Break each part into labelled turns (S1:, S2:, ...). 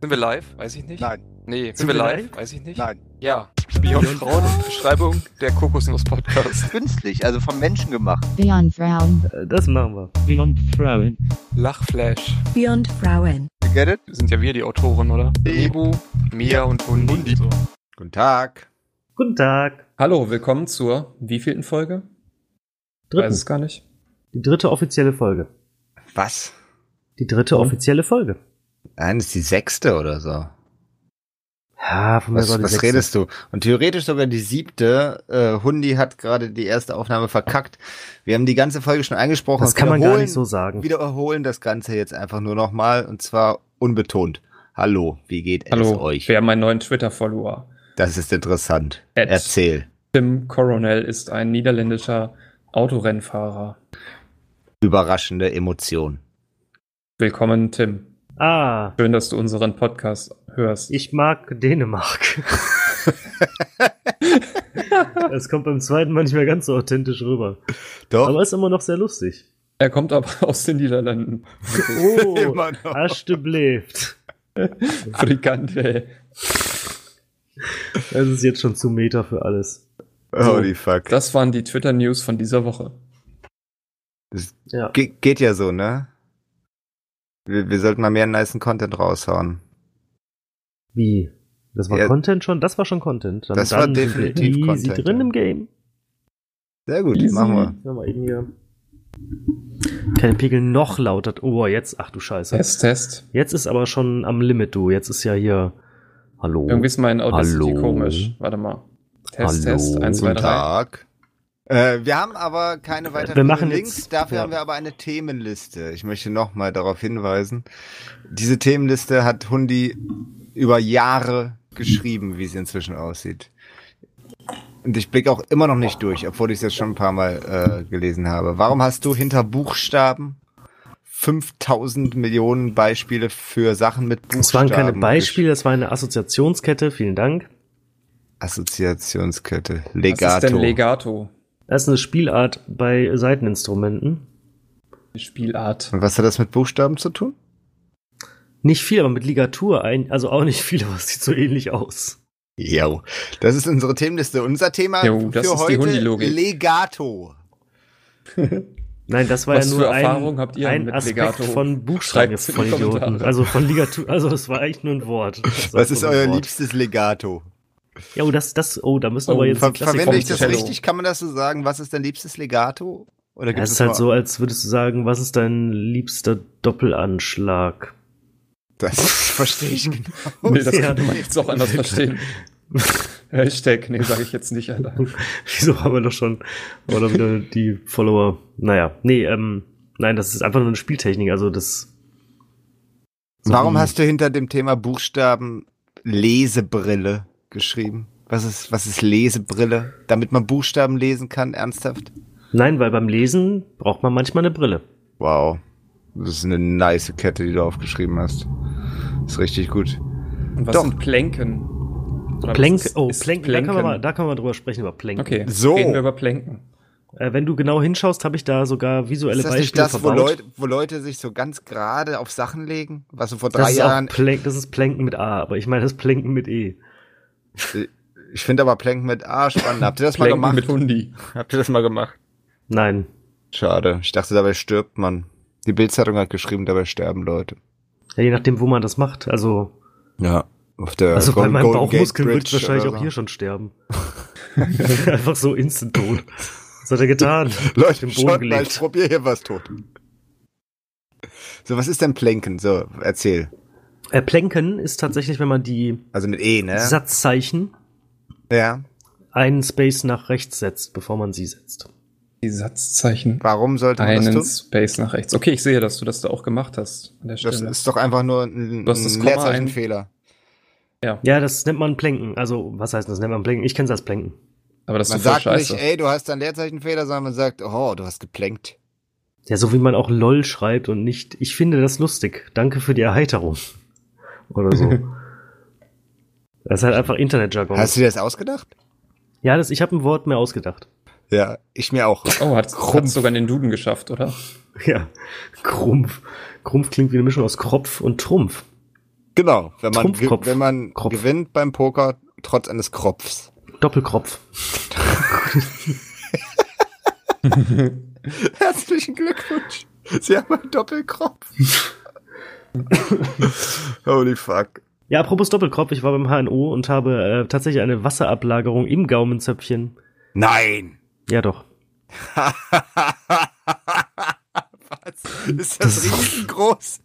S1: Sind wir live? Weiß ich nicht.
S2: Nein,
S1: Nee, sind,
S3: Sind
S1: wir
S3: wir
S1: live?
S3: live?
S1: Weiß ich nicht.
S2: nein.
S1: Ja. Beyond Frauen, Beschreibung der Kokosnuss-Podcast.
S2: Künstlich, also vom Menschen gemacht.
S4: Beyond Frauen.
S3: Äh, Das machen wir.
S5: Beyond Frauen.
S1: Lachflash.
S6: Beyond Frauen.
S2: You get it?
S1: Sind ja wir die Autoren, oder? Ebu, Mia und Hundi.
S7: Guten Tag.
S3: Guten Tag.
S8: Hallo, willkommen zur wievielten Folge? Weiß
S7: Also
S3: Dritten,
S8: es gar nicht.
S3: die dritte offizielle Folge.
S7: Was?
S3: Die
S7: Hm.
S3: dritte offizielle Folge.
S7: Nein, das ist die sechste oder so.
S3: Ja, von mir
S7: Was,
S3: soll die
S7: was
S3: sechste-
S7: redest du? Und theoretisch sogar die siebte. Äh, Hundi hat gerade die erste Aufnahme verkackt. Wir haben die ganze Folge schon eingesprochen.
S3: Das
S7: und
S3: kann man gar
S7: wiederholen-
S3: nicht so sagen.
S7: Wiederholen das Ganze jetzt einfach nur nochmal und zwar unbetont. Hallo, wie geht es
S8: Hallo,
S7: euch?
S8: wer meinen neuen Twitter-Follower?
S7: Das ist interessant.
S8: Ed.
S7: Erzähl.
S8: Tim Coronel ist ein niederländischer Autorennfahrer.
S7: Überraschende Emotion.
S8: Willkommen, Tim.
S3: Ah,
S8: Schön, dass du unseren Podcast hörst.
S3: ich mag Dänemark. Es kommt beim zweiten Mal nicht mehr ganz so authentisch rüber.
S7: Doch.
S3: Aber ist immer noch sehr lustig.
S8: Er kommt aber aus den Niederlanden.
S3: Oh,
S7: Immer noch.
S3: Aschte bläft.
S8: Frikante.
S3: Das ist jetzt schon zu Meta für alles. Also,
S7: Holy fuck.
S8: Das waren die Twitter-News von dieser Woche.
S3: Ja.
S7: Ge geht ja so, ne? Wir, wir sollten mal mehr niceen Content raushauen.
S3: Wie? Das war
S7: Ja.
S3: Content schon? Das war schon Content. Dann,
S7: Das war
S3: dann sind wir
S7: definitiv
S3: easy
S7: Content,
S3: drin
S7: ja.
S3: im Game.
S7: Sehr gut, machen wir.
S3: Ja, mal eben hier. Keine Pegel noch lauter. Oh, jetzt, ach du Scheiße.
S8: Test, Test.
S3: Jetzt ist aber schon am Limit, du. Jetzt ist ja hier. Hallo.
S8: Irgendwie ist mein Audacity
S3: Hallo.
S8: komisch. Warte mal. Test,
S3: Hallo.
S8: Test. 1, 2,
S7: Guten
S8: 3.
S7: Tag. Äh, wir haben aber keine weiteren
S3: Wir machen
S7: Links,
S3: jetzt-
S7: dafür
S3: ja.
S7: haben wir aber eine Themenliste. Ich möchte nochmal darauf hinweisen. Diese Themenliste hat Hundi über Jahre geschrieben, wie sie inzwischen aussieht. Und ich blicke auch immer noch nicht durch, obwohl ich es jetzt schon ein paar Mal äh, gelesen habe. Warum hast du hinter Buchstaben 5000 Millionen Beispiele für Sachen mit Buchstaben?
S3: das waren keine Beispiele, das war eine Assoziationskette. Vielen Dank.
S7: gesch- Assoziationskette.
S8: Was ist
S7: Legato.
S8: denn Legato?
S3: Das ist eine Spielart bei Seiteninstrumenten.
S8: Die Spielart.
S7: Und was hat das mit Buchstaben zu tun?
S3: Nicht viel, aber mit Ligatur ein, also auch nicht viel, aber es sieht so ähnlich aus.
S7: Jo, das ist unsere Themenliste. Unser Thema
S8: Jo, das
S7: für
S8: ist die
S7: heute
S8: Hundelogik.
S7: Legato.
S3: Nein, das war
S8: Was
S3: ja nur
S8: für
S3: ein,
S8: Erfahrung habt ihr
S3: ein
S8: mit
S3: Aspekt
S8: Legato?
S3: von Buchstaben, ihr
S8: Schreibt's in die
S3: Vollidioten.
S8: Kommentare.
S3: Also von Ligatur, also es war eigentlich nur ein Wort. Das war
S7: Was
S3: nur
S7: ist
S3: ein
S7: euer
S3: Wort.
S7: liebstes Legato?
S3: Ja, oh, das, das, oh, da müssen
S8: Oh,
S3: aber jetzt
S7: Ver
S3: die Klassiker
S7: verwende ich das
S8: Cello.
S7: richtig? Kann man das so sagen? Was ist dein liebstes Legato? Oder
S3: Ja,
S7: gibt
S3: es ist halt
S7: nur-
S3: so, als würdest du sagen, was ist dein liebster Doppelanschlag?
S7: Das verstehe ich genau.
S8: Nee, das
S3: Ja.
S8: könnte man jetzt auch anders verstehen. Hashtag, nee, sage ich jetzt nicht, Alter.
S3: Wieso haben wir doch schon oder wieder die Follower? Naja, nee, ähm, nein, das ist einfach nur eine Spieltechnik. Also das.
S7: Warum hast du hinter dem Thema Buchstaben Lesebrille geschrieben? Was ist, was ist Lesebrille? Damit man Buchstaben lesen kann, ernsthaft?
S3: Nein, weil beim Lesen braucht man manchmal eine Brille.
S7: Wow. Das ist eine nice Kette, die du aufgeschrieben hast. Ist richtig gut.
S8: Und was
S7: Doch.
S8: sind Plänken? Oder was
S3: Plänk,
S8: ist-
S3: oh,
S8: ist
S3: Plänken, Da, kann man mal, da kann man drüber sprechen über Plänken.
S8: Okay,
S7: So.
S8: reden wir über Plänken.
S3: Äh, wenn du genau hinschaust, habe ich da sogar visuelle
S7: Ist das nicht
S3: Beispiele
S7: das, wo
S3: verbaut.
S7: Leute, wo Leute sich so ganz gerade auf Sachen legen? Was so vor
S3: das
S7: drei
S3: ist
S7: Jahren.
S3: Auch Plank, das ist Planken mit A, aber ich meine das Planken mit E.
S7: Ich finde aber Plank mit A spannend. Habt ihr das mal
S8: Plänken
S7: gemacht?
S8: mit Hundi.
S7: Habt ihr das mal gemacht?
S3: Nein,
S7: Schade. Ich dachte, dabei stirbt man. Die Bildzeitung hat geschrieben, dabei sterben Leute.
S3: ja, je nachdem, wo man das macht. Also,
S7: Ja. Auf der
S3: also bei
S7: Golden-
S3: meinem
S7: Äh, Golden
S3: Bauchmuskel
S7: Gate
S3: würde ich
S7: Bridge
S3: wahrscheinlich
S7: oder
S3: auch
S7: so.
S3: hier schon sterben. Einfach so instant tot. Was hat er getan? Auf
S7: Leute,
S3: den
S7: schaut
S3: Boden
S7: mal, ich
S3: gelegt.
S7: probiere hier was tot. So, was ist denn Planken? So, erzähl.
S3: Äh, Plänken ist tatsächlich, wenn man die
S7: Also mit E, ne?
S3: Satzzeichen
S7: ja.
S3: einen Space nach rechts setzt, bevor man sie setzt.
S8: Die Satzzeichen.
S7: Warum sollte man das
S8: Einen
S7: tun?
S8: Space nach rechts. Okay, ich sehe, dass du das da auch gemacht hast. An der
S7: Das
S8: Stelle.
S7: ist doch einfach nur ein,
S8: Du hast das
S7: ein
S8: Komma ein-
S7: Leerzeichenfehler.
S3: Ja, das nennt man Plänken. Also, was heißt das? Nennt man Plänken? Ich kenne es als Plänken.
S8: Aber das
S7: man
S8: ist voll
S7: sagt
S8: scheiße.
S7: nicht, ey, du hast einen Leerzeichenfehler, sondern man sagt, oh, du hast geplänkt.
S3: Ja, so wie man auch LOL schreibt und nicht, ich finde das lustig. Danke für die Erheiterung. Oder so. das ist halt einfach Internetjargon.
S7: Hast du dir das ausgedacht?
S3: Ja, das, ich habe ein Wort mehr ausgedacht.
S7: Ja, ich mir auch.
S8: oh, hat
S7: Krumpf.
S8: es sogar in den Duden geschafft, oder?
S3: Ja, Krumpf. Krumpf klingt wie eine Mischung aus Kropf und Trumpf.
S7: Genau, wenn man, ge-
S3: Trumpfkopf.
S7: wenn man
S3: Kropf.
S7: gewinnt beim Poker trotz eines Kropfs.
S3: Doppelkropf.
S7: Herzlichen Glückwunsch. Sie haben einen Doppelkropf. Holy fuck.
S3: Ja, apropos Doppelkropf, ich war beim HNO und habe äh, tatsächlich eine Wasserablagerung im Gaumenzöpfchen.
S7: Nein.
S3: Ja, doch.
S7: Was? Ist das, riesengroß?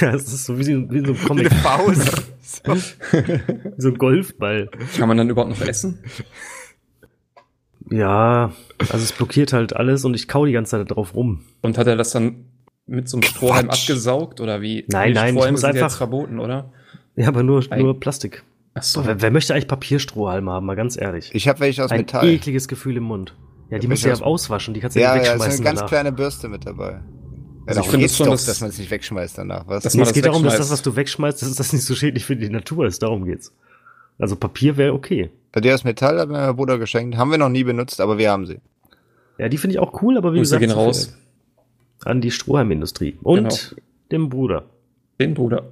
S3: Ja, es ist so wie, so- wie so ein
S7: Wie
S3: Comic,
S7: eine Faust. So.
S3: wie so ein Golfball.
S8: Kann man dann überhaupt noch essen?
S3: Ja, also es blockiert halt alles und ich kau die ganze Zeit drauf rum.
S8: Und hat er das dann mit so einem Strohhalm
S7: Quatsch.
S8: abgesaugt oder wie?
S3: Nein,
S8: Nee,
S3: nein, ich
S8: Strohhalme
S3: muss
S8: sind ja
S3: einfach-
S8: jetzt verboten, oder?
S3: Ja, aber nur,
S8: Ei.
S3: nur Plastik.
S8: Ach so.
S3: So, wer, wer möchte eigentlich Papierstrohhalme haben, mal ganz ehrlich?
S7: Ich habe welche aus
S3: Ein E.
S7: Metall.
S3: ekliges Gefühl im Mund. Ja, die
S7: Ja,
S3: musst du ja
S7: welches-
S3: auswaschen, die kannst du ja
S7: ja,
S3: nicht
S7: ja, ist eine
S3: wegschmeißen
S7: ganz
S3: danach.
S7: kleine Bürste mit dabei. Ja,
S8: Also ich
S7: darum
S8: finde
S7: geht's
S8: es schon,
S7: doch,
S8: dass-
S7: dass man es nicht wegschmeißt danach, was?
S8: dass
S3: Nee,
S8: man
S3: es
S8: das
S3: geht darum, dass das, was
S8: wegschmeißt.
S3: du wegschmeißt, dass das nicht so schädlich für die Natur ist. Darum geht's. Also Papier wäre okay.
S7: Bei dir aus Metall hat mir mein Bruder geschenkt. Haben wir noch nie benutzt, aber wir haben sie.
S3: Ja, die finde ich auch cool, aber wie
S8: Grüße
S3: gesagt,
S8: gehen
S3: so viel
S8: raus.
S3: an die Strohhalmindustrie und
S8: Genau.
S3: dem Bruder.
S8: Den Bruder.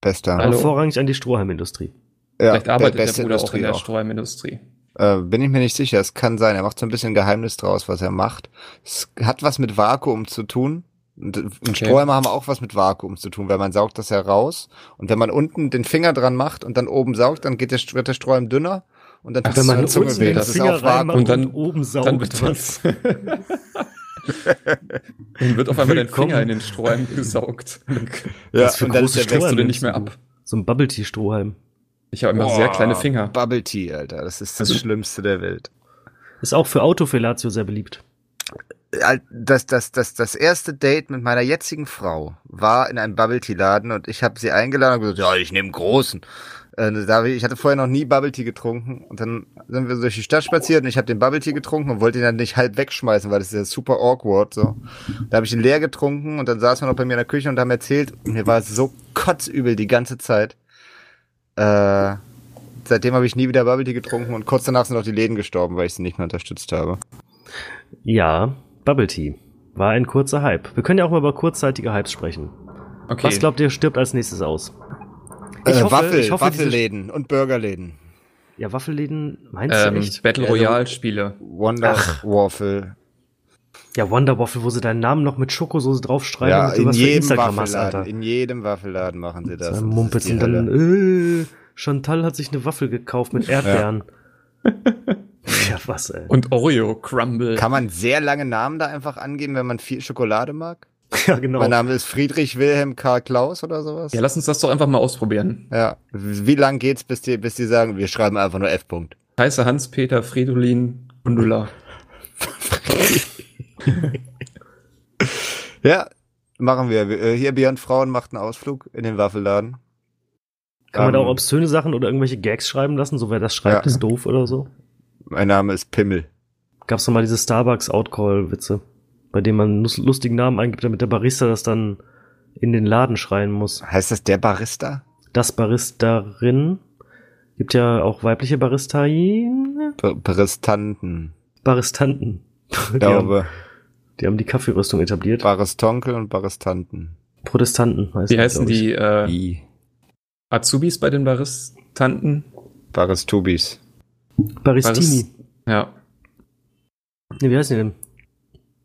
S7: Bester.
S8: Hallo.
S3: Aber vorrangig an die Strohhalmindustrie.
S7: Ja,
S8: Vielleicht arbeitet
S7: be-
S8: der
S7: beste
S8: Bruder auch
S7: Industrie
S8: in der Strohhalmindustrie.
S7: Äh, bin ich mir nicht sicher. Es kann sein. Er macht so ein bisschen Geheimnis draus, was er macht. Es hat was mit Vakuum zu tun. Und, und Strohhalme haben auch was mit Vakuum zu tun, weil man saugt das heraus und wenn man unten den Finger dran macht und dann oben saugt, dann geht der, wird der Strohhalm dünner und dann
S8: Ach,
S7: tut
S8: wenn
S7: es
S8: man
S7: seine Zunge
S8: unten
S7: weh.
S8: den
S7: Das ist
S3: Finger
S7: auch Vakuum.
S3: reinmacht
S8: Und dann-
S3: und oben saugt
S8: Dann wird
S3: was.
S8: das. Dann wird auf einmal dein
S3: Willkommen.
S8: Finger in den Strohhalm gesaugt. Dann
S7: Ja,
S3: Was für
S7: und dann ist
S3: große
S7: der weg.
S8: kriegst du
S3: Strohhalme
S8: den nicht mehr
S3: nimmst
S8: ab.
S3: So ein Bubble-Tea-Strohhalm.
S8: Ich habe immer sehr kleine Finger.
S7: Bubble Tea, Alter. Das ist das
S8: Also-
S7: Schlimmste der Welt.
S3: Ist auch für Autofellatio sehr beliebt.
S7: Al- das, das, das, das erste Date mit meiner jetzigen Frau war in einem Bubble Tea Laden und ich habe sie eingeladen und gesagt, ja, ich nehme großen. Äh, da hab ich ich hatte vorher noch nie Bubble Tea getrunken und dann sind wir so durch die Stadt spaziert und ich habe den Bubble Tea getrunken und wollte ihn dann nicht halb wegschmeißen, weil das ist ja super awkward so. Da habe ich ihn leer getrunken und dann saß man noch bei mir in der Küche und haben erzählt, mir war es so kotzübel die ganze Zeit. Äh, seitdem habe ich nie wieder Bubble Tea getrunken und kurz danach sind auch die Läden gestorben, weil ich sie nicht mehr unterstützt habe.
S3: Ja, Bubble-Tea. War ein kurzer Hype. Wir können ja auch mal über kurzzeitige Hypes sprechen.
S8: Okay.
S3: Was glaubt ihr, stirbt als nächstes aus? Ich
S7: äh,
S3: hoffe-
S7: Waffel,
S3: ich hoffe, diese-
S7: Waffelläden und Burgerläden.
S3: Ja, Waffelläden, meinst du
S8: ähm,
S3: echt?
S8: Battle Royale Spiele.
S7: Wonder Waffel.
S3: Ja, Wonder Waffel, wo sie deinen Namen noch mit Schokosoße draufschreiben,
S7: Ja,
S3: damit du
S7: in
S3: was für
S7: jedem
S3: Instagram hast,
S7: Waffelladen.
S3: Alter.
S7: In jedem Waffelladen machen sie das.
S3: Das
S7: Das
S3: Mumpitz
S7: ist die
S3: und dann,
S7: Hölle.
S3: äh, Chantal hat sich eine Waffel gekauft mit Erdbeeren. Ja, was, ey.
S8: Und Oreo Crumble.
S7: Kann man sehr lange Namen da einfach angeben, wenn man viel Schokolade mag?
S3: ja, genau.
S7: Mein Name ist Friedrich Wilhelm Karl Klaus oder sowas.
S8: ja,
S7: Ja.
S8: lass uns das doch einfach mal ausprobieren.
S7: Wie lang geht's, bis die, bis die sagen, wir schreiben einfach nur F-Punkt?
S8: Heiße Hans-Peter Fridolin Gundula.
S7: Ja, machen wir. Wir- äh, Hier Beyond Frauen macht einen Ausflug in den Waffelladen.
S3: Kann man da
S7: Ähm,
S3: auch obszöne Sachen oder irgendwelche Gags schreiben lassen? So, wer das schreibt,
S7: Ja.
S3: ist doof oder so.
S7: Mein Name ist Pimmel.
S3: Gab's noch mal diese Starbucks-Outcall-Witze, bei denen man einen lus- lustigen Namen eingibt, damit der Barista das dann in den Laden schreien muss.
S7: Heißt das der Barista?
S3: Das Baristerin. Gibt ja auch weibliche Baristain.
S7: Bar Baristanten.
S3: Baristanten.
S7: Ich
S3: Die haben,
S7: glaube,
S3: die haben die Kaffeerüstung etabliert.
S7: Baristonkel und Baristanten.
S3: Protestanten heißt
S8: Wie heißen die äh,
S7: I.
S8: Azubis bei den Baristanten?
S7: Baristubis.
S3: Baristini.
S8: Barist- Ja.
S3: Nee, wie heißen die denn?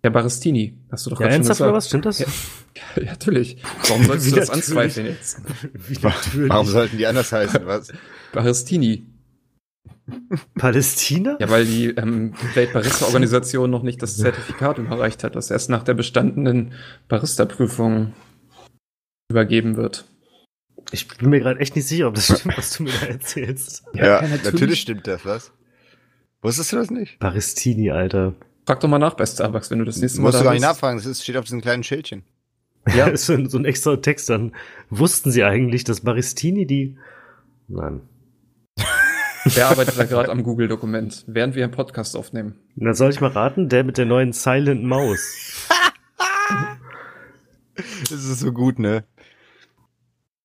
S8: Der Baristini. Hast du doch
S3: Ja,
S8: gerade schon
S3: ernsthaft oder
S8: gesagt.
S3: was? Stimmt das?
S8: Ja, natürlich. Warum sollst du
S3: Wie
S8: das
S3: natürlich.
S8: anzweifeln jetzt?
S3: Wie
S7: Warum sollten die anders heißen, was?
S8: Baristini.
S3: Palästina?
S8: Ja, weil die ähm, Welt Barista Organisation noch nicht das Zertifikat überreicht hat, das erst nach der bestandenen Barista Prüfung übergeben wird.
S3: Ich bin mir gerade echt nicht sicher, ob das stimmt, was du mir da erzählst.
S7: Ja,
S8: natürlich.
S7: natürlich stimmt das, was? Wusstest du das nicht?
S3: Baristini, Alter.
S8: Frag doch mal nach bei Starbucks, wenn du das nächste Mal
S7: Musst du
S8: da
S7: gar nicht
S8: bist.
S7: nachfragen, das ist, steht auf diesem kleinen Schildchen.
S3: Ja. ist so ein, so ein extra Text dann. Wussten sie eigentlich, dass Baristini die. Nein.
S8: Wer arbeitet da gerade am Google Dokument, während wir einen Podcast aufnehmen?
S3: Na, soll ich mal raten? Der mit der neuen Silent Maus.
S7: Das ist so gut, ne?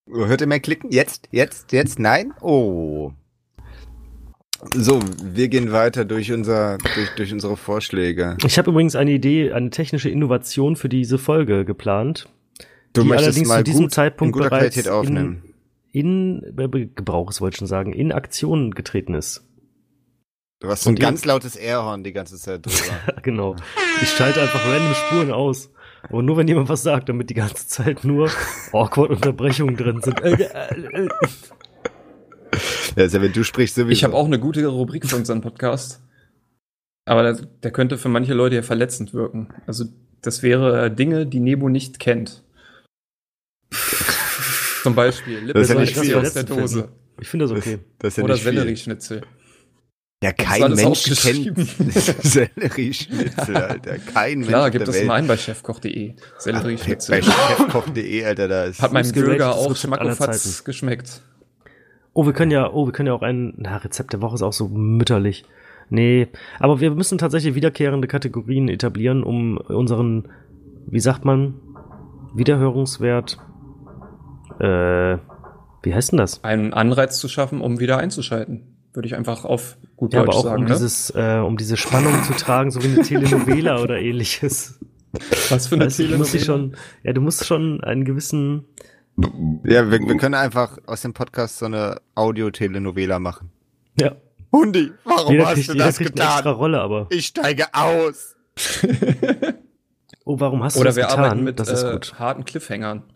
S7: Oh, Hört ihr mehr klicken? Jetzt, jetzt, jetzt, nein? Oh. So, wir gehen weiter durch, unser, durch, durch unsere Vorschläge.
S3: Ich habe übrigens eine Idee, eine technische Innovation für diese Folge geplant.
S7: Du
S3: die
S7: möchtest
S3: allerdings
S7: mal
S3: zu diesem
S7: gut,
S3: Zeitpunkt
S7: in guter
S3: bereits
S7: Qualität aufnehmen.
S3: in äh, Be- Gebrauch ist, wollte ich schon sagen, in Aktion getreten ist.
S7: Du hast so ein
S3: Und die-
S7: ganz lautes Airhorn die ganze Zeit drüber.
S3: genau. Ich schalte einfach random Spuren aus. Aber nur wenn jemand was sagt, damit die ganze Zeit nur awkward Unterbrechungen drin sind. Äh, äh, äh.
S7: ja, ist ja, wenn du sprichst sowieso.
S8: Ich habe auch eine gute Rubrik für unseren Podcast. Aber das, der könnte für manche Leute ja verletzend wirken. Also, das wäre äh, Dinge, die Nebo nicht kennt. Zum Beispiel
S7: Das ist ja
S8: Lippen
S7: nicht viel.
S8: aus der Dose.
S3: Ich finde das okay.
S7: Das ist ja
S8: Oder
S7: nicht viel.
S8: Sellerieschnitzel.
S7: Ja,
S8: war
S7: kein
S8: das
S7: Mensch
S8: aufgeschrieben.
S7: kennt Sellerie-Schnitzel, Alter. Kein
S8: Klar,
S7: Mensch
S8: gibt es nur einen bei chefkoch.de.
S7: Bei
S8: Sellerieschnitzel.
S7: chefkoch.de, Alter, da ist.
S8: Hat meinem
S3: Fußgerät
S8: Bürger
S3: ist das
S8: auch
S3: Rezept aller
S8: Schmackofatz
S3: Zeiten.
S8: geschmeckt.
S3: Oh, wir können ja, oh, wir können ja auch ein, na, Rezept der Woche ist auch so mütterlich. Nee, aber wir müssen tatsächlich wiederkehrende Kategorien etablieren, um unseren, wie sagt man, Wiederhörungswert, äh, wie heißt denn das?
S8: Einen Anreiz zu schaffen, um wieder einzuschalten. Würde ich einfach auf gut
S3: Ja, aber
S8: Deutsch
S3: auch
S8: sagen.
S3: um,
S8: ne?
S3: dieses, äh, um diese Spannung zu tragen, so wie eine Telenovela oder ähnliches.
S8: Was für eine
S3: Weißt, du, du
S8: Telenovela.
S3: musst dich schon, ja, du musst schon einen gewissen,
S7: Ja, wir, wir können einfach aus dem Podcast so eine Audio-Telenovela machen.
S3: ja,
S7: Hundi, warum
S3: jeder
S7: hast
S3: kriegt,
S7: du
S3: jeder
S7: das
S3: kriegt eine extra
S7: getan?
S3: Rolle, aber,
S7: Ich steige aus.
S3: oh, warum hast du
S8: Oder
S3: das
S8: wir
S3: getan?
S8: arbeiten mit
S3: das ist
S8: äh,
S3: gut.
S8: harten Cliffhangern.